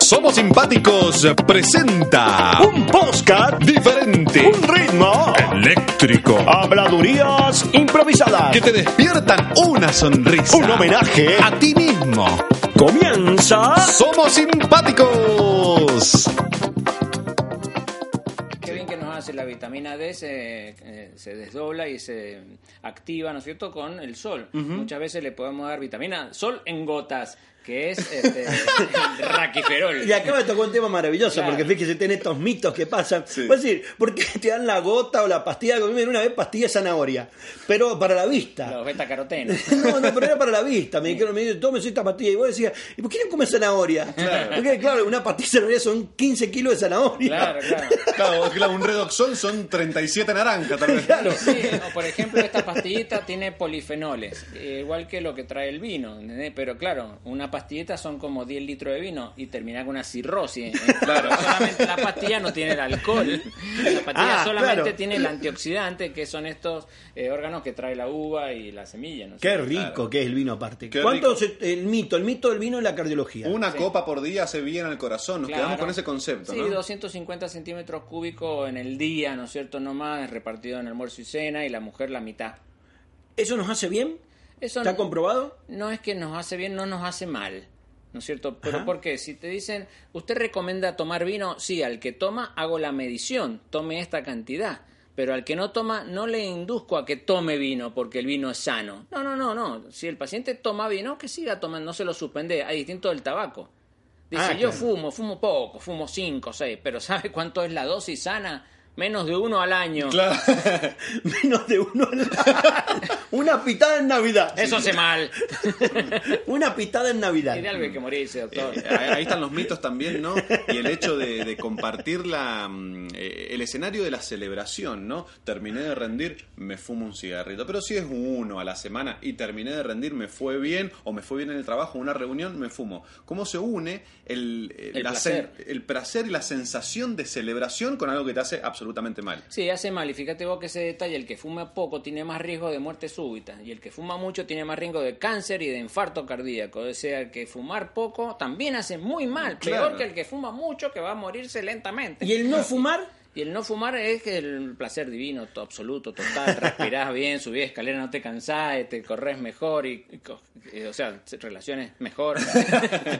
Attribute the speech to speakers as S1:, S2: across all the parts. S1: Somos Simpáticos presenta
S2: Un podcast
S1: diferente,
S2: Un ritmo
S1: eléctrico,
S2: Habladurías improvisadas
S1: que te despiertan una sonrisa,
S2: Un homenaje
S1: a ti mismo.
S2: Comienza
S1: Somos Simpáticos.
S3: Qué bien que nos hace la vitamina D, se, eh, se desdobla y se activa, ¿no es cierto?, con el sol. Muchas veces le podemos dar vitamina sol en gotas, que es este, raquiferol.
S4: Y acá me tocó un tema maravilloso,
S3: Claro.
S4: porque fíjese en estos mitos que pasan. Voy a decir, ¿por qué te dan la gota o la pastilla? Comí una vez pastilla de zanahoria, pero para la vista.
S3: Los beta-carotenos.
S4: No, no, pero era para la vista. Me dijeron, me dijeron, tómese esta pastilla. Y vos decías, ¿y por qué no comes zanahoria? Porque, claro, una pastilla de zanahoria son 15 kilos de zanahoria.
S3: Claro, claro.
S1: Claro, claro, un redoxón son 37 naranjas, tal vez.
S3: Sí, o por ejemplo, esta pastillita tiene polifenoles, eh, igual que lo que trae el vino, ¿entendés? Pero claro, una pastillita son como 10 litros de vino y termina con una cirrosis. ¿eh? Claro. Solamente la pastilla no tiene el alcohol. La pastilla
S4: Ah,
S3: solamente
S4: claro.
S3: tiene el antioxidante, que son estos eh, órganos que trae la uva y la semilla, ¿no?
S4: Qué
S3: sé.
S4: rico que es el vino aparte.
S1: Qué
S4: ¿Cuánto
S1: rico.
S4: se- el mito? El mito del vino es la cardiología.
S1: Una copa por día hace bien al corazón. Nos
S3: Claro.
S1: quedamos con ese concepto,
S3: Sí,
S1: ¿no?
S3: 250 centímetros cúbicos en el día, ¿no es cierto? Nomás repartido en almuerzo y cena y la mujer la mitad.
S4: ¿Eso nos hace bien?
S3: Eso
S4: ¿Está
S3: no-
S4: comprobado?
S3: no es que nos hace bien, no nos hace mal. ¿No es cierto? Pero porque si te dicen, usted recomienda tomar vino, sí, al que toma hago la medición, tome esta cantidad. Pero al que no toma, no le induzco a que tome vino porque el vino es sano. No, no, no, no. Si el paciente toma vino, que siga tomando, no se lo suspende. Hay distinto del tabaco. Dice,
S4: Ah,
S3: yo
S4: claro.
S3: fumo, fumo poco, fumo 5, 6, pero ¿sabe cuánto es la dosis sana? Menos de uno al año.
S1: Claro.
S4: Menos de uno. al- una pitada en Navidad.
S3: Eso hace mal.
S4: Una pitada en Navidad.
S3: Tiene algo hay que morirse, doctor.
S1: Eh, ahí ahí están los mitos también, ¿no? Y el hecho de, de compartir la, mm, eh, el escenario de la celebración, ¿no? Terminé de rendir, me fumo un cigarrito. Pero si es uno a la semana y terminé de rendir, me fue bien, o me fue bien en el trabajo, una reunión, me fumo. ¿Cómo se une el, eh,
S3: El
S1: la
S3: placer.
S1: sen- el placer y la sensación de celebración con algo que te hace absolutamente mal?
S3: Sí, hace mal. Y fíjate vos que ese detalle, el que fuma poco tiene más riesgo de muerte súbita. Y el que fuma mucho tiene más riesgo de cáncer y de infarto cardíaco. O sea, que fumar poco también hace muy mal.
S1: Claro.
S3: Peor que el que fuma mucho, que va a morirse lentamente.
S4: ¿Y el no fumar?
S3: Y el no fumar es el placer divino, to- absoluto, total. Respirás bien, subís escalera, no te cansás, te corres mejor y, y co- eh, o sea, relaciones mejor.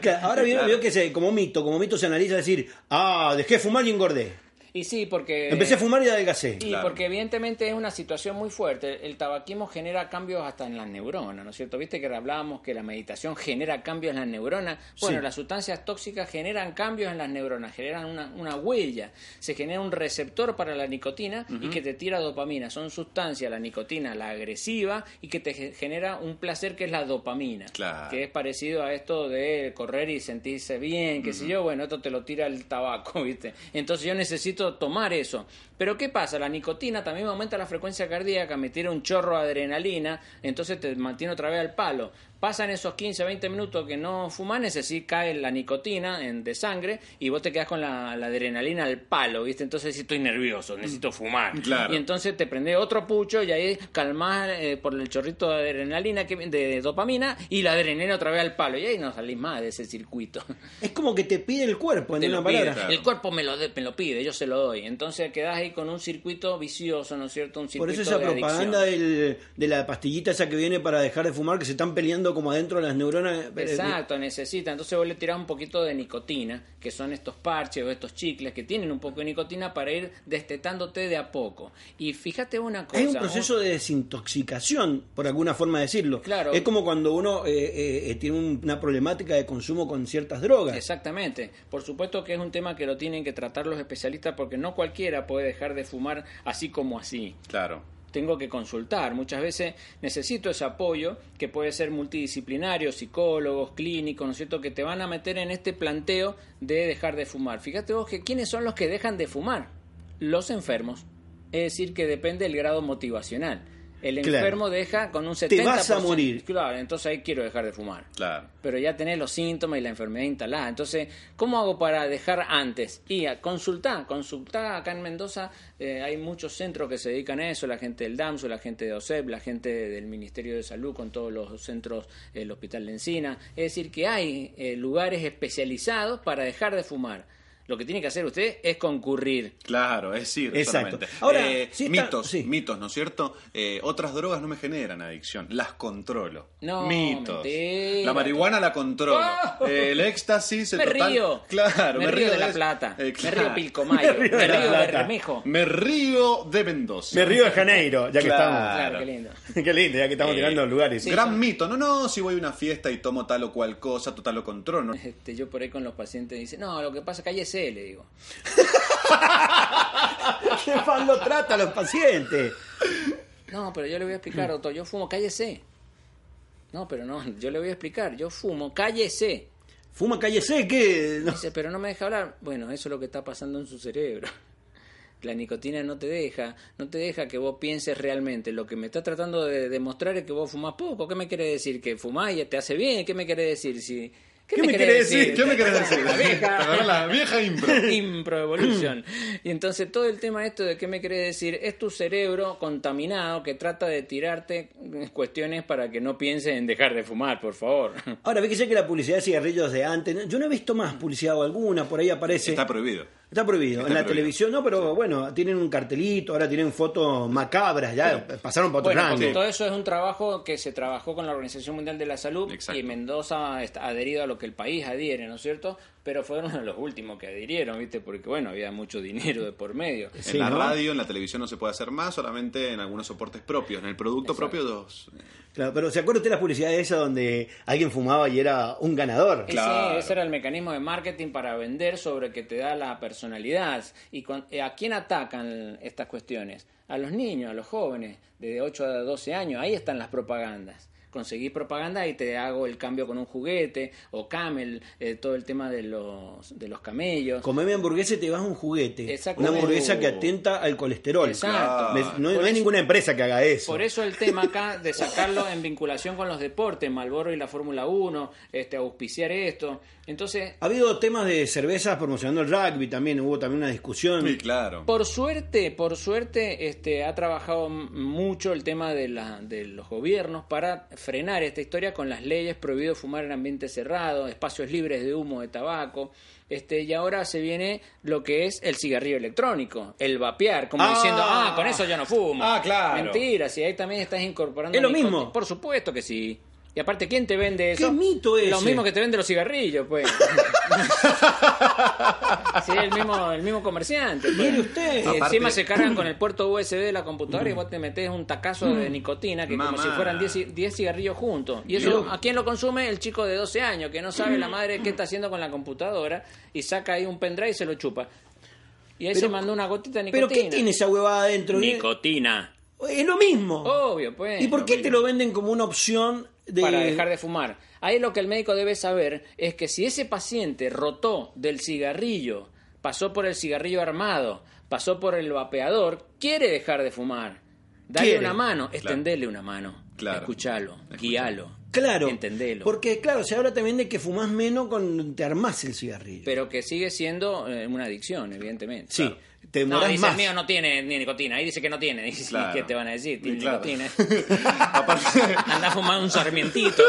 S4: Claro, Ahora veo, veo que se, como mito, como mito se analiza decir, ah, dejé de fumar y engordé.
S3: y sí, porque
S4: Empecé a fumar y adelgacé.
S3: Y porque evidentemente es una situación muy fuerte. El tabaquismo genera cambios hasta en las neuronas, ¿no es cierto? Viste que hablábamos que la meditación genera cambios en las neuronas. Bueno,
S4: Sí.
S3: las sustancias tóxicas generan cambios en las neuronas, generan una, una huella. Se genera un receptor para la nicotina y que te tira dopamina. Son sustancias, la nicotina, la agresiva, y que te ge- genera un placer que es la dopamina.
S1: Claro.
S3: Que es parecido a esto de correr y sentirse bien, qué sé yo, bueno, esto te lo tira el tabaco, ¿viste? Entonces yo necesito tomar eso. Pero ¿qué pasa? La nicotina también me aumenta la frecuencia cardíaca, me tira un chorro de adrenalina, entonces te mantiene otra vez al palo. Pasan esos 15, 20 minutos que no fumanes, así cae la nicotina en, de sangre y vos te quedas con la, la adrenalina al palo, ¿viste? Entonces sí estoy nervioso, necesito fumar.
S1: Claro.
S3: Y entonces te prende otro pucho y ahí calmás eh, por el chorrito de adrenalina, que, de dopamina, y la adrenalina otra vez al palo. Y ahí no salís más de ese circuito.
S4: Es como que te pide el cuerpo, en
S3: Te
S4: una
S3: lo pide.
S4: palabra.
S1: claro.
S3: El cuerpo me lo, de- me lo pide, yo se lo doy. Entonces quedás ahí con un circuito vicioso, ¿no es cierto? Un circuito
S4: Por eso esa
S3: de
S4: propaganda
S3: adicción.
S4: del- de la pastillita esa que viene para dejar de fumar, que se están peleando como adentro de las neuronas. eh, eh,
S3: Exacto, necesita. Entonces vos le tirás un poquito de nicotina, que son estos parches o estos chicles que tienen un poco de nicotina para ir destetándote de a poco. Y fíjate una cosa.
S4: Hay un proceso de desintoxicación, por alguna forma de decirlo.
S3: Claro.
S4: Es como cuando uno eh, eh, eh, tiene un- una problemática de consumo con ciertas drogas.
S3: Exactamente. Por supuesto que es un tema que lo tienen que tratar los especialistas porque no cualquiera puede dejar de fumar así como así.
S1: Claro.
S3: tengo que consultar. Muchas veces necesito ese apoyo que puede ser multidisciplinario, psicólogos, clínicos, ¿no es cierto?, que te van a meter en este planteo de dejar de fumar. Fíjate vos que quiénes son los que dejan de fumar. Los enfermos. Es decir, que depende del grado motivacional. El
S4: Claro.
S3: enfermo deja con un 70%.
S4: Te vas a morir.
S3: Claro, entonces ahí quiero dejar de fumar
S1: Claro.
S3: pero ya tenés los síntomas y la enfermedad instalada. Entonces, ¿cómo hago para dejar antes? Y a consultar, consultar acá en Mendoza eh, hay muchos centros que se dedican a eso, la gente del DAMSO, la gente de OSEP, la gente del Ministerio de Salud con todos los centros, el Hospital de Encina. Es decir, que hay eh, lugares especializados para dejar de fumar. Lo que tiene que hacer usted es concurrir.
S1: Claro, es ir
S4: Exacto.
S1: solamente.
S4: Ahora,
S1: Eh,
S4: sí está-
S1: mitos,
S4: sí.
S1: mitos, ¿no es cierto? Eh, otras drogas no me generan adicción, las controlo.
S3: No,
S1: mitos.
S3: mentira.
S1: La marihuana la controlo.
S3: Oh.
S1: Eh, el éxtasis, el
S3: me
S1: total.
S3: río.
S1: Claro,
S3: me, río, de La
S1: eso.
S3: Plata.
S1: Eh,
S3: Me
S1: claro.
S3: río Pilcomayo. Me río
S2: de La
S3: de
S2: Plata.
S3: Bermejo.
S1: Me río de Mendoza.
S2: Me río de Janeiro, ya que
S1: Claro.
S3: Claro, qué lindo.
S2: estamos. Qué lindo, ya que estamos
S1: Eh,
S2: tirando lugares.
S1: Gran mito, no, no, si voy a una fiesta y tomo tal o cual cosa, total lo controlo.
S3: Este, yo por ahí con los pacientes dice, no, lo que pasa es que cállese, le digo.
S4: ¿Qué mal lo trata a los pacientes?
S3: No, pero yo le voy a explicar, doctor, yo fumo, cállese. No, pero no, yo le voy a explicar, yo fumo, cállese.
S4: Fuma, cállese, ¿qué? No.
S3: Dice, pero no me deja hablar. Bueno, eso es lo que está pasando en su cerebro. La nicotina no te deja, no te deja que vos pienses realmente. Lo que me está tratando de demostrar es que vos fumás poco. ¿Qué me quiere decir? ¿Que fumás y te hace bien? ¿Qué me quiere decir? Si... ¿Qué, me, quiere decir?
S1: ¿Qué me querés decir?
S3: La vieja.
S1: Te agarró la vieja impro.
S3: Impro Evolution. Y entonces todo el tema esto de qué me quiere decir es tu cerebro contaminado que trata de tirarte cuestiones para que no pienses en dejar de fumar, por favor.
S4: Ahora, ve que sé que la publicidad de cigarrillos de antes, ¿no? yo no he visto más publicidad o alguna, por ahí aparece.
S1: Está prohibido.
S4: Está prohibido.
S1: Está
S4: en la
S1: prohibido.
S4: televisión, no, pero bueno, tienen un cartelito, ahora tienen fotos macabras, ya pasaron para otro
S3: Bueno,
S4: rango.
S3: porque todo eso es un trabajo que se trabajó con la Organización Mundial de la Salud
S1: Exacto.
S3: y Mendoza está adherido a lo que el país adhiere, ¿no es cierto? Pero fueron uno de los últimos que adhirieron, ¿viste? Porque, bueno, había mucho dinero de por medio.
S4: Sí,
S1: en la
S4: ¿no?
S1: radio, en la televisión no se puede hacer más, solamente en algunos soportes propios. En el producto propio, dos.
S4: Claro, pero ¿se acuerda usted de las publicidades esas donde alguien fumaba y era un ganador?
S3: Ese-
S1: Claro.
S3: Ese, era el mecanismo de marketing para vender sobre que te da la personalidad. ¿Y cuan- eh, a quién atacan estas cuestiones? A los niños, a los jóvenes, de 8 a 12 años. Ahí están las propagandas. Conseguí propaganda y te hago el cambio con un juguete o camel, eh, todo el tema de los, de los camellos.
S4: Comeme hamburguesa y te vas un juguete.
S3: Exactamente.
S4: Una hamburguesa que atenta al colesterol.
S3: Exacto.
S4: Me- no, no hay ninguna empresa que haga eso.
S3: Por eso el tema acá de sacarlo en vinculación con los deportes, Malboro y la Fórmula 1, este, auspiciar esto. Entonces,
S4: Ha habido temas de cervezas promocionando el rugby también, hubo también una discusión.
S1: Sí, claro.
S3: Por suerte, por suerte, este, ha trabajado m- mucho el tema de, la- de los gobiernos para frenar esta historia con las leyes prohibido fumar en ambiente cerrado, espacios libres de humo, de tabaco, este, y ahora se viene lo que es el cigarrillo electrónico, el vapear, como
S4: Ah.
S3: diciendo, ah, con eso yo no fumo.
S1: Ah, claro.
S3: Mentira, si ahí también estás incorporando...
S4: ¿Es lo
S3: nicotina.
S4: mismo?
S3: Por supuesto que sí. Y aparte, ¿quién te vende eso?
S4: mito
S3: Lo
S4: ese?
S3: mismo que te vende los cigarrillos, pues. sí, el mismo, el mismo comerciante. pues.
S4: Mire usted.
S3: Y
S1: Aparte-
S3: encima se cargan con el puerto USB de la computadora y vos te metes un tacazo
S4: Mm.
S3: de nicotina que
S1: Mamá.
S3: como si fueran 10 ci- 10 cigarrillos juntos. Y eso, ¿a quién lo consume? El chico de 12 años que no sabe la madre qué está haciendo con la computadora y saca ahí un pendrive y se lo chupa. Y ahí se mandó una gotita de nicotina.
S4: ¿Pero qué tiene esa huevada adentro?
S3: Nicotina.
S4: Es lo mismo.
S3: Obvio, pues.
S4: ¿Y por qué te
S3: mismo.
S4: lo venden como una opción de...
S3: para dejar de fumar. Ahí lo que el médico debe saber es que si ese paciente rotó del cigarrillo, pasó por el cigarrillo armado, pasó por el vapeador, quiere dejar de fumar. Dale
S4: Quiere.
S3: una mano, extenderle una mano.
S1: Claro.
S3: Escuchalo, guíalo.
S4: Claro.
S3: Entendelo.
S4: Porque, claro, se habla también de que fumás menos con te armás el cigarrillo.
S3: Pero que sigue siendo eh, una adicción, evidentemente.
S4: sí,
S3: Claro.
S4: te
S3: No,
S4: demorás
S3: dice
S4: más.
S3: el mío no tiene ni nicotina. Ahí dice que no tiene. Dice,
S1: Claro.
S3: ¿Qué te van a decir? Tiene
S1: Y claro.
S3: nicotina.
S1: aparte,
S3: Anda a fumar un sarmientito.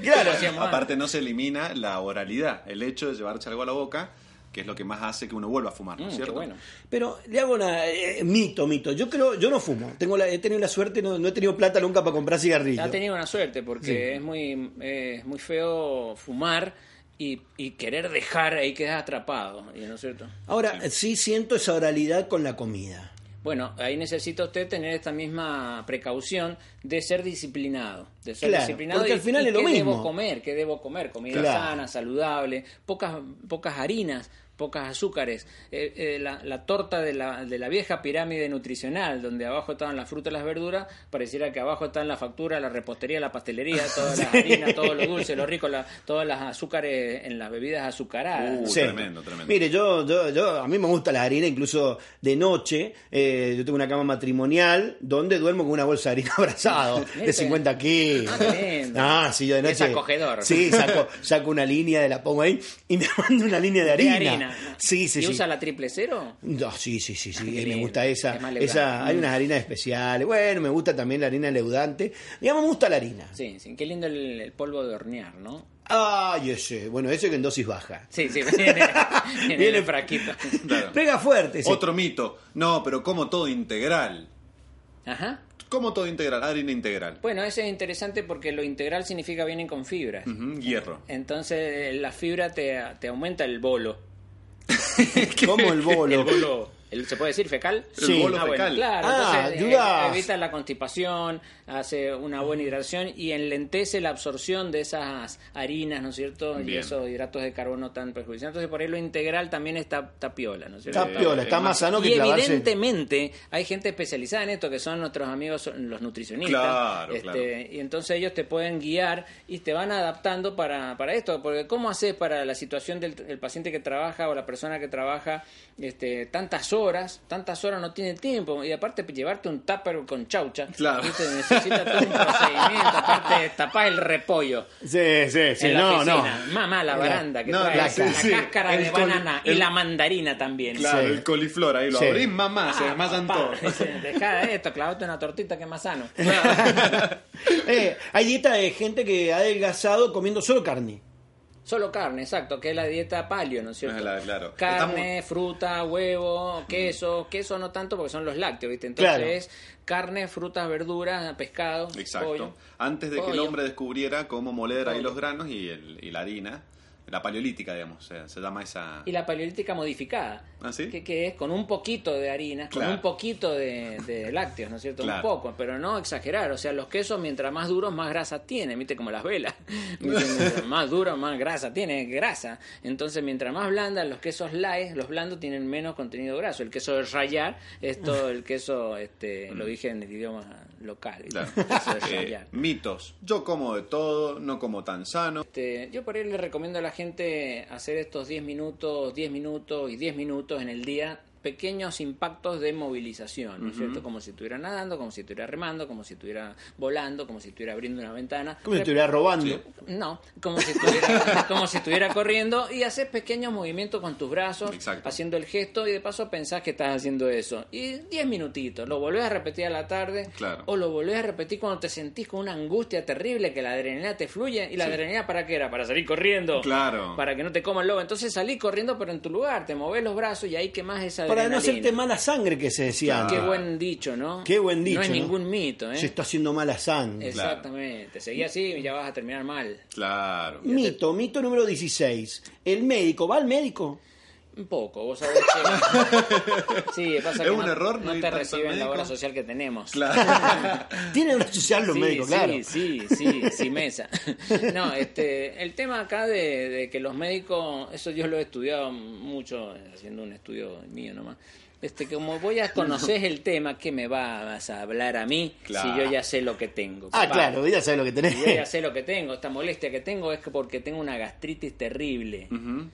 S4: Claro.
S3: Hacíamos antes.
S1: aparte no se elimina la oralidad, el hecho de llevarse algo a la boca, que es lo que más hace que uno vuelva a fumar, ¿no
S3: Mm,
S1: es
S3: qué
S1: cierto?
S3: bueno.
S4: Pero le hago una... eh, mito, mito. Yo creo... Yo no fumo. Tengo la, he tenido la suerte, no, no he tenido plata nunca para comprar cigarrillos.
S3: Ha tenido una suerte porque es muy eh, es muy feo fumar y, y querer dejar ahí quedas atrapado, ¿y ¿no es cierto?
S4: Ahora, sí siento esa oralidad con la comida.
S3: Bueno, ahí necesita usted tener esta misma precaución de ser disciplinado. de ser
S4: Claro,
S3: disciplinado
S4: porque
S3: y-
S4: al final
S3: y
S4: es lo
S3: qué debo
S4: mismo.
S3: comer, qué debo comer, comida
S4: Claro.
S3: sana, saludable, pocas, pocas harinas, pocas azúcares, Eh, eh, la, la torta de la, de la vieja pirámide nutricional, donde abajo estaban las frutas, las verduras, pareciera que abajo están la factura, la repostería, la pastelería, todas las harinas, todo lo dulce, lo rico, la- todas las azúcares en las bebidas azucaradas.
S1: Uh,
S4: Sí.
S1: Tremendo, tremendo.
S4: Mire, yo, yo, yo, a mí me gusta la harina, incluso de noche. eh, yo tengo una cama matrimonial donde duermo con una bolsa de harina abrazado de
S3: Neta.
S4: 50 kilos.
S3: Ah, qué lindo.
S4: Ah, sí, yo de noche.
S3: Es acogedor.
S4: Sí, saco, saco una línea de la pongo ahí y me mando una línea de
S3: De
S4: harina.
S3: harina.
S4: Sí, sí,
S3: ¿Y
S4: sí.
S3: usa la triple cero?
S4: No, sí, sí, sí, sí,
S3: Qué
S4: eh, me
S3: lindo.
S4: gusta esa.
S3: Es más leudante.
S4: esa hay
S3: Mm.
S4: unas harinas especiales. Bueno, me gusta también la harina leudante. Digamos, me gusta la harina.
S3: Sí, sí, qué lindo el, el polvo de hornear, ¿no?
S4: Ay, ese. Bueno, ese que en dosis baja.
S3: Sí, sí, viene, viene
S4: Viene-
S3: el fraquito.
S1: Claro.
S4: Pega fuerte. ese.
S1: Otro mito. No, pero como todo integral.
S3: Ajá.
S1: Como todo integral, harina integral.
S3: Bueno, eso es interesante porque lo integral significa vienen con fibras.
S1: Ujú, hierro.
S3: Entonces la fibra te, te aumenta el bolo.
S4: Como el bolo.
S3: El bolo, el- ¿se puede decir fecal? Ah,
S1: El Sí. bolo fecal.
S3: claro,
S4: Ah,
S3: entonces, eh,
S4: ayuda.
S3: evita la constipación, hace una buena hidratación y enlentece la absorción de esas harinas, ¿no es cierto? Y
S1: Bien.
S3: esos hidratos de carbono tan perjudiciales. Entonces por ahí lo integral también está tapiola, ¿no es cierto?
S4: Está piola, está más sano
S3: Y
S4: que clavarse.
S3: evidentemente hay gente especializada en esto que son nuestros amigos los nutricionistas.
S1: Claro,
S3: Este,
S1: claro.
S3: Y entonces ellos te pueden guiar y te van adaptando para, para esto. Porque ¿cómo haces para la situación del el paciente que trabaja o la persona que trabaja este, tantas horas? Tantas horas no tiene tiempo. Y aparte llevarte un tupper con chaucha.
S1: Claro.
S3: ¿viste? Necesita todo un procedimiento. Aparte tapar el repollo.
S4: Sí, sí, sí.
S3: en la
S4: no, no.
S3: oficina. Mamá, la baranda que
S1: no,
S3: trae
S4: la-
S3: la,
S4: sí,
S1: sí.
S3: cáscara
S1: El
S3: de
S1: col-
S3: banana y
S1: el-
S3: la mandarina también.
S1: Claro,
S4: Sí.
S1: el coliflor ahí lo
S4: Sí.
S1: abrís, mamá, se desmasan
S3: Ah, papá,
S1: todos.
S3: dice, Dejá esto, clavate una tortita que es más sano.
S4: Eh, hay dieta de gente que ha adelgazado comiendo solo carne.
S3: Solo carne, exacto, que es la dieta palio, ¿no es cierto?
S1: Claro, claro.
S3: Carne, fruta, huevo, queso, queso no tanto porque son los lácteos, ¿viste? Entonces, carne, frutas, verduras, pescado,
S1: Exacto.
S3: pollo.
S1: Antes de que el
S3: Pollo.
S1: hombre descubriera cómo moler ahí los granos y, el- y la harina, la paleolítica, digamos, se, se llama esa.
S3: Y la paleolítica modificada,
S1: ¿Ah, sí?
S3: que, que es con un poquito de harina,
S1: Claro.
S3: con un poquito de, de lácteos, ¿no es cierto?
S1: Claro.
S3: Un poco, pero no exagerar. O sea, los quesos, mientras más duros, más grasa tienen, ¿viste? Como las velas. ¿viste? Mientras más duros, más grasa tiene, grasa. Entonces, mientras más blandas, los quesos light, los blandos tienen menos contenido graso. El queso de rayar es todo el queso, este, lo dije en el idioma local, ¿viste?
S1: Mm. Claro.
S3: El queso de
S1: Eh,
S3: rallar.
S1: mitos. Yo como de todo, no como tan sano.
S3: Este, yo por ahí le recomiendo a la gente hacer estos 10 minutos, 10 minutos y 10 minutos en el día, pequeños impactos de movilización, ¿no es cierto? Como si estuviera nadando, como si estuviera remando, como si estuviera volando, como si estuviera abriendo una ventana.
S4: Como si
S3: Rep-
S4: estuviera robando.
S3: no, como si, estuviera, como si estuviera corriendo y haces pequeños movimientos con tus brazos,
S1: Exacto.
S3: haciendo el gesto y de paso pensás que estás haciendo eso. Y 10 minutitos, lo volvés a repetir a la tarde
S1: Claro.
S3: o lo volvés a repetir cuando te sentís con una angustia terrible que la adrenalina te fluye y la adrenalina para qué era, para salir corriendo.
S1: Claro.
S3: Para que no te coma el lobo. Entonces salí corriendo pero en tu lugar, te movés los brazos y ahí quemás esa
S4: Para no
S3: adrenalina.
S4: hacerte mala sangre que se decía
S1: Claro.
S3: Qué
S4: antes.
S3: buen dicho, ¿no?
S4: Qué buen dicho.
S3: No es ningún mito, ¿eh?
S4: Se está haciendo mala sangre.
S3: Exactamente. Seguí así y ya vas a terminar mal.
S1: Claro.
S4: Mito, mito número 16. El médico, ¿va al médico?
S3: Un poco, vos sabés que... sí, pasa
S1: Es
S3: que
S1: un
S3: no,
S1: error no
S3: no
S1: ir
S3: te
S1: tanto al
S3: reciben la
S1: médico.
S3: obra social que tenemos.
S1: Claro.
S4: Tienen una social los
S3: sí,
S4: médicos,
S3: sí,
S4: claro.
S3: sí, sí, sí, mesa. No, este, el tema acá de, de que los médicos, eso yo lo he estudiado mucho, haciendo un estudio mío nomás. Este, que como voy a conocer el tema, ¿qué me vas a hablar a mí
S1: Claro.
S3: si yo ya sé lo que tengo?
S4: Ah,
S3: papá?
S4: claro, ya sabes lo que tenés.
S3: Yo ya sé lo que tengo, esta molestia que tengo es que porque tengo una gastritis terrible
S1: Ujú,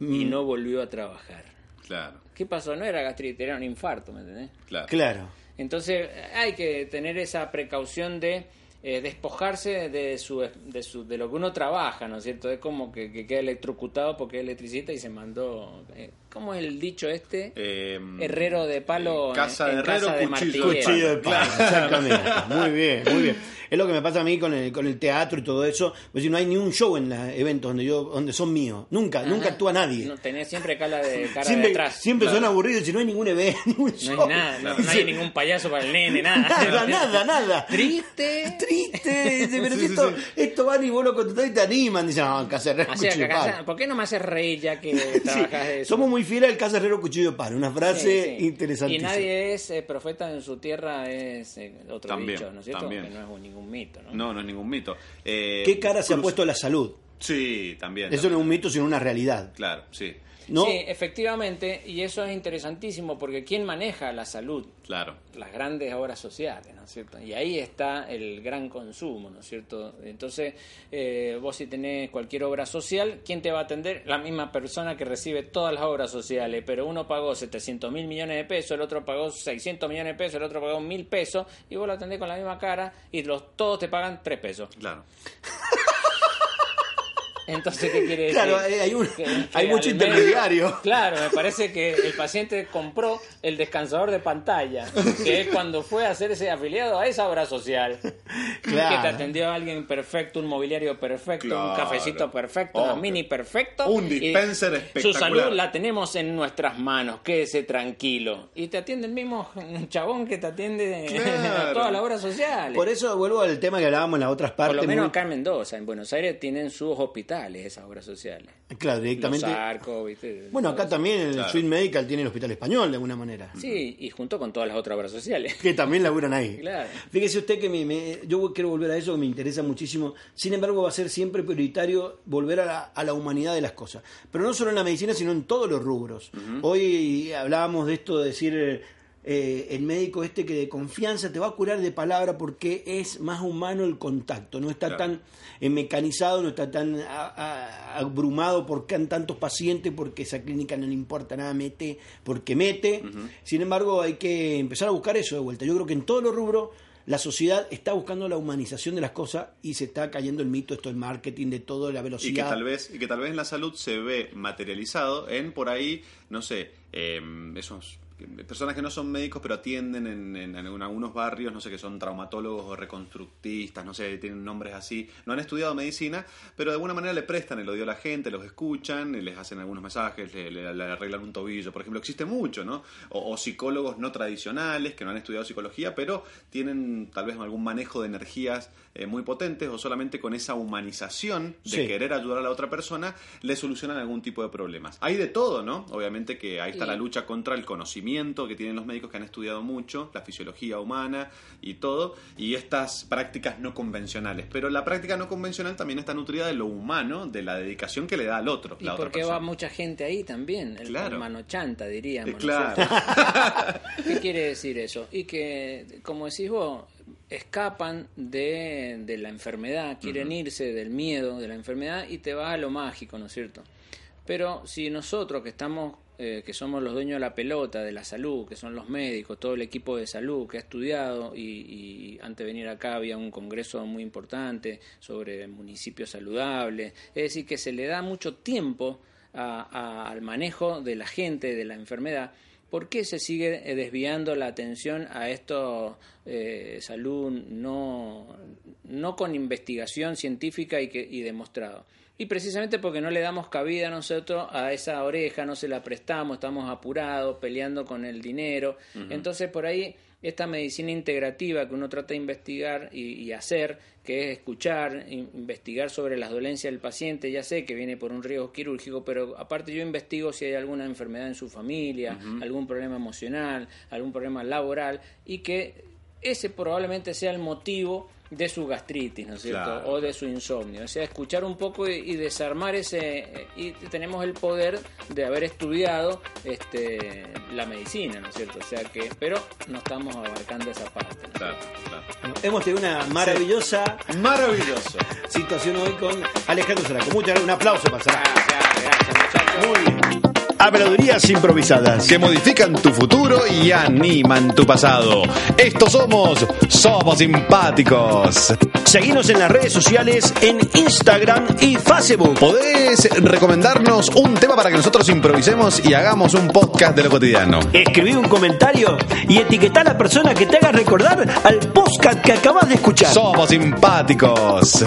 S3: y no volvió a trabajar.
S1: Claro,
S3: ¿Qué pasó? No era gastritis, era un infarto, ¿me entendés?
S1: claro.
S4: Claro.
S3: Entonces hay que tener esa precaución de eh, despojarse de su, de su de lo que uno trabaja, ¿no es cierto? Es como que, que queda electrocutado porque es electricista y se mandó... eh, ¿Cómo es el dicho este?
S1: Eh,
S3: Herrero de palo
S1: eh, casa
S3: en-
S1: de
S3: en
S1: herrero,
S3: casa de
S1: cuchillo,
S3: martillero.
S4: Cuchillo de
S1: palo.
S4: palo, exactamente. Muy bien, muy bien. Es lo que me pasa a mí con el, con el teatro y todo eso. Pues si no hay ni un show en los eventos donde yo, donde son míos. Nunca, nunca actúa nadie.
S3: No, tenés siempre cara de, cara
S4: siempre
S3: de atrás.
S4: siempre son aburridos si no hay ningún evento, ningún
S3: No
S4: show.
S3: hay nada, no, no hay ningún payaso para el nene, nada.
S4: Nada, nada, nada.
S3: Triste,
S4: Triste, chiste. Dice, pero
S1: Sí, sí,
S4: si esto,
S1: sí.
S4: esto van y vos lo contestás y te animan. Dicen, no, Cacerrero
S3: O sea,
S4: Cuchillo de
S3: Cacazán,
S4: Palo.
S3: ¿Por qué no me haces reír ya que trabajas de
S4: Sí,
S3: eso?
S4: Somos muy fieles al Cacerrero Cuchillo de Palo. Una
S3: Sí,
S4: frase
S3: sí. Y
S4: interesantísima.
S3: nadie es eh, profeta en su tierra, es eh, otro
S1: También,
S3: dicho, ¿no es cierto?
S1: también.
S3: Que no es un- ningún mito, ¿no?
S1: No, no es ningún mito. Eh,
S4: ¿Qué cara se ha
S1: cruz-
S4: puesto la salud?
S1: Sí, también.
S4: Eso no es un mito, sino una realidad.
S1: Claro, sí,
S4: ¿No?
S3: Sí, efectivamente, y eso es interesantísimo porque ¿quién maneja la salud?
S1: claro.
S3: las grandes obras sociales, ¿no es cierto? Y ahí está el gran consumo, ¿no es cierto? Entonces, eh, vos si tenés cualquier obra social, ¿quién te va a atender? La misma persona que recibe todas las obras sociales, pero uno pagó 700 mil millones de pesos, el otro pagó 600 millones de pesos, el otro pagó mil pesos, y vos lo atendés con la misma cara y los todos te pagan tres pesos.
S1: Claro.
S3: Entonces, ¿qué quiere decir?
S4: Claro, hay- hay un-
S3: Que-
S4: hay
S3: que
S4: mucho
S3: al medio-
S4: intermediario.
S3: Claro, me parece que el paciente compró el descansador de pantalla, que es cuando fue a hacerse afiliado a esa obra social. Que te
S4: Claro.
S3: atendió alguien perfecto, un mobiliario perfecto,
S1: Claro.
S3: un cafecito perfecto,
S1: Oh,
S3: un mini perfecto.
S1: un
S3: y
S1: dispenser
S3: Su
S1: espectacular.
S3: salud la tenemos en nuestras manos, quédese tranquilo. Y te atiende el mismo chabón que te atiende
S1: Claro.
S3: a todas las obras sociales.
S4: Por eso vuelvo al tema que hablábamos en las otras
S3: Por
S4: partes.
S3: lo menos
S4: muy-
S3: acá en Mendoza, en Buenos Aires, tienen sus hospitales esas obras sociales.
S4: Claro, directamente.
S3: Los arcos, ¿viste?
S4: Bueno, acá también el
S1: Claro.
S4: Sweet Medical tiene el hospital español, de alguna manera.
S3: Sí, y junto con todas las otras obras sociales.
S4: Que también laburan ahí.
S3: Claro.
S4: Fíjese usted que me- me- yo quiero volver a eso, que me interesa muchísimo. Sin embargo, va a ser siempre prioritario volver a la, a la humanidad de las cosas. Pero no solo en la medicina, sino en todos los rubros. Hoy hablábamos de esto de decir... eh, el médico este que de confianza te va a curar de palabra porque es más humano el contacto, no está
S1: Claro.
S4: tan eh, mecanizado, no está tan a- a- abrumado por can- tantos pacientes, porque esa clínica no le importa nada, mete, porque mete. Sin embargo, hay que empezar a buscar eso de vuelta. Yo creo que en todos los rubros la sociedad está buscando la humanización de las cosas y se está cayendo el mito, esto del marketing, de todo, la velocidad.
S1: Y que, tal vez, y que tal vez en la salud se ve materializado en por ahí, no sé, eh, esos personas que no son médicos pero atienden en, en- en algunos barrios, no sé, que son traumatólogos o reconstructistas, no sé, tienen nombres así, no han estudiado medicina, pero de alguna manera le prestan el odio a la gente, los escuchan, y les hacen algunos mensajes, le, le- le arreglan un tobillo, por ejemplo, existe mucho, ¿no? O, o psicólogos no tradicionales que no han estudiado psicología, pero tienen tal vez algún manejo de energías eh, muy potentes o solamente con esa humanización de
S4: Sí.
S1: querer querer ayudar a la otra persona, le solucionan algún tipo de problemas. Hay de todo, ¿no? Obviamente que ahí está
S3: Y-
S1: la lucha contra el conocimiento que tienen los médicos que han estudiado mucho, la fisiología humana y todo, y estas prácticas no convencionales. Pero la práctica no convencional también está nutrida de lo humano, de la dedicación que le da al otro.
S3: Y
S1: la otra
S3: porque va
S1: persona.
S3: mucha gente ahí también, el
S1: Claro.
S3: hermano chanta, diríamos.
S1: Eh,
S3: ¿no es
S1: Claro,
S3: cierto? ¿Qué quiere decir eso? Y que, como decís vos, escapan de, de la enfermedad, quieren irse del miedo de la enfermedad y te vas a lo mágico, ¿no es cierto? Pero si nosotros que estamos, eh, que somos los dueños de la pelota, de la salud, que son los médicos, todo el equipo de salud que ha estudiado y, y antes de venir acá había un congreso muy importante sobre municipios saludables, es decir, que se le da mucho tiempo a- a- al manejo de la gente, de la enfermedad, ¿Por qué se sigue eh, desviando la atención a esto eh, salud no, no con investigación científica y, que, y demostrado? Y precisamente porque no le damos cabida a nosotros a esa oreja, no se la prestamos, estamos apurados, peleando con el dinero. Entonces por ahí esta medicina integrativa que uno trata de investigar y, y hacer, que es escuchar, in- investigar sobre las dolencias del paciente, ya sé que viene por un riesgo quirúrgico, pero aparte yo investigo si hay alguna enfermedad en su familia, algún problema emocional, algún problema laboral, y que ese probablemente sea el motivo de su gastritis, ¿no es cierto?
S1: Claro.
S3: O de su insomnio. O sea, escuchar un poco y, y desarmar ese... Y tenemos el poder de haber estudiado este, la medicina, ¿no es cierto? O sea que... Pero no estamos abarcando esa parte. ¿no?
S1: claro, claro.
S4: Bueno, Hemos tenido una maravillosa
S1: Maravilloso.
S4: situación hoy con Alejandro Zaraco. Muchas gracias, un aplauso para Zaraco.
S3: Gracias, gracias, muchachos.
S4: Muy bien. Habladurías improvisadas.
S5: que modifican tu futuro y animan tu pasado. Estos somos Somos Simpáticos.
S4: Seguinos en las redes sociales en Instagram y Facebook.
S5: Podés recomendarnos un tema para que nosotros improvisemos y hagamos un podcast de lo cotidiano.
S4: Escribí un comentario y etiquetá a la persona que te haga recordar al podcast que acabas de escuchar.
S5: Somos Simpáticos.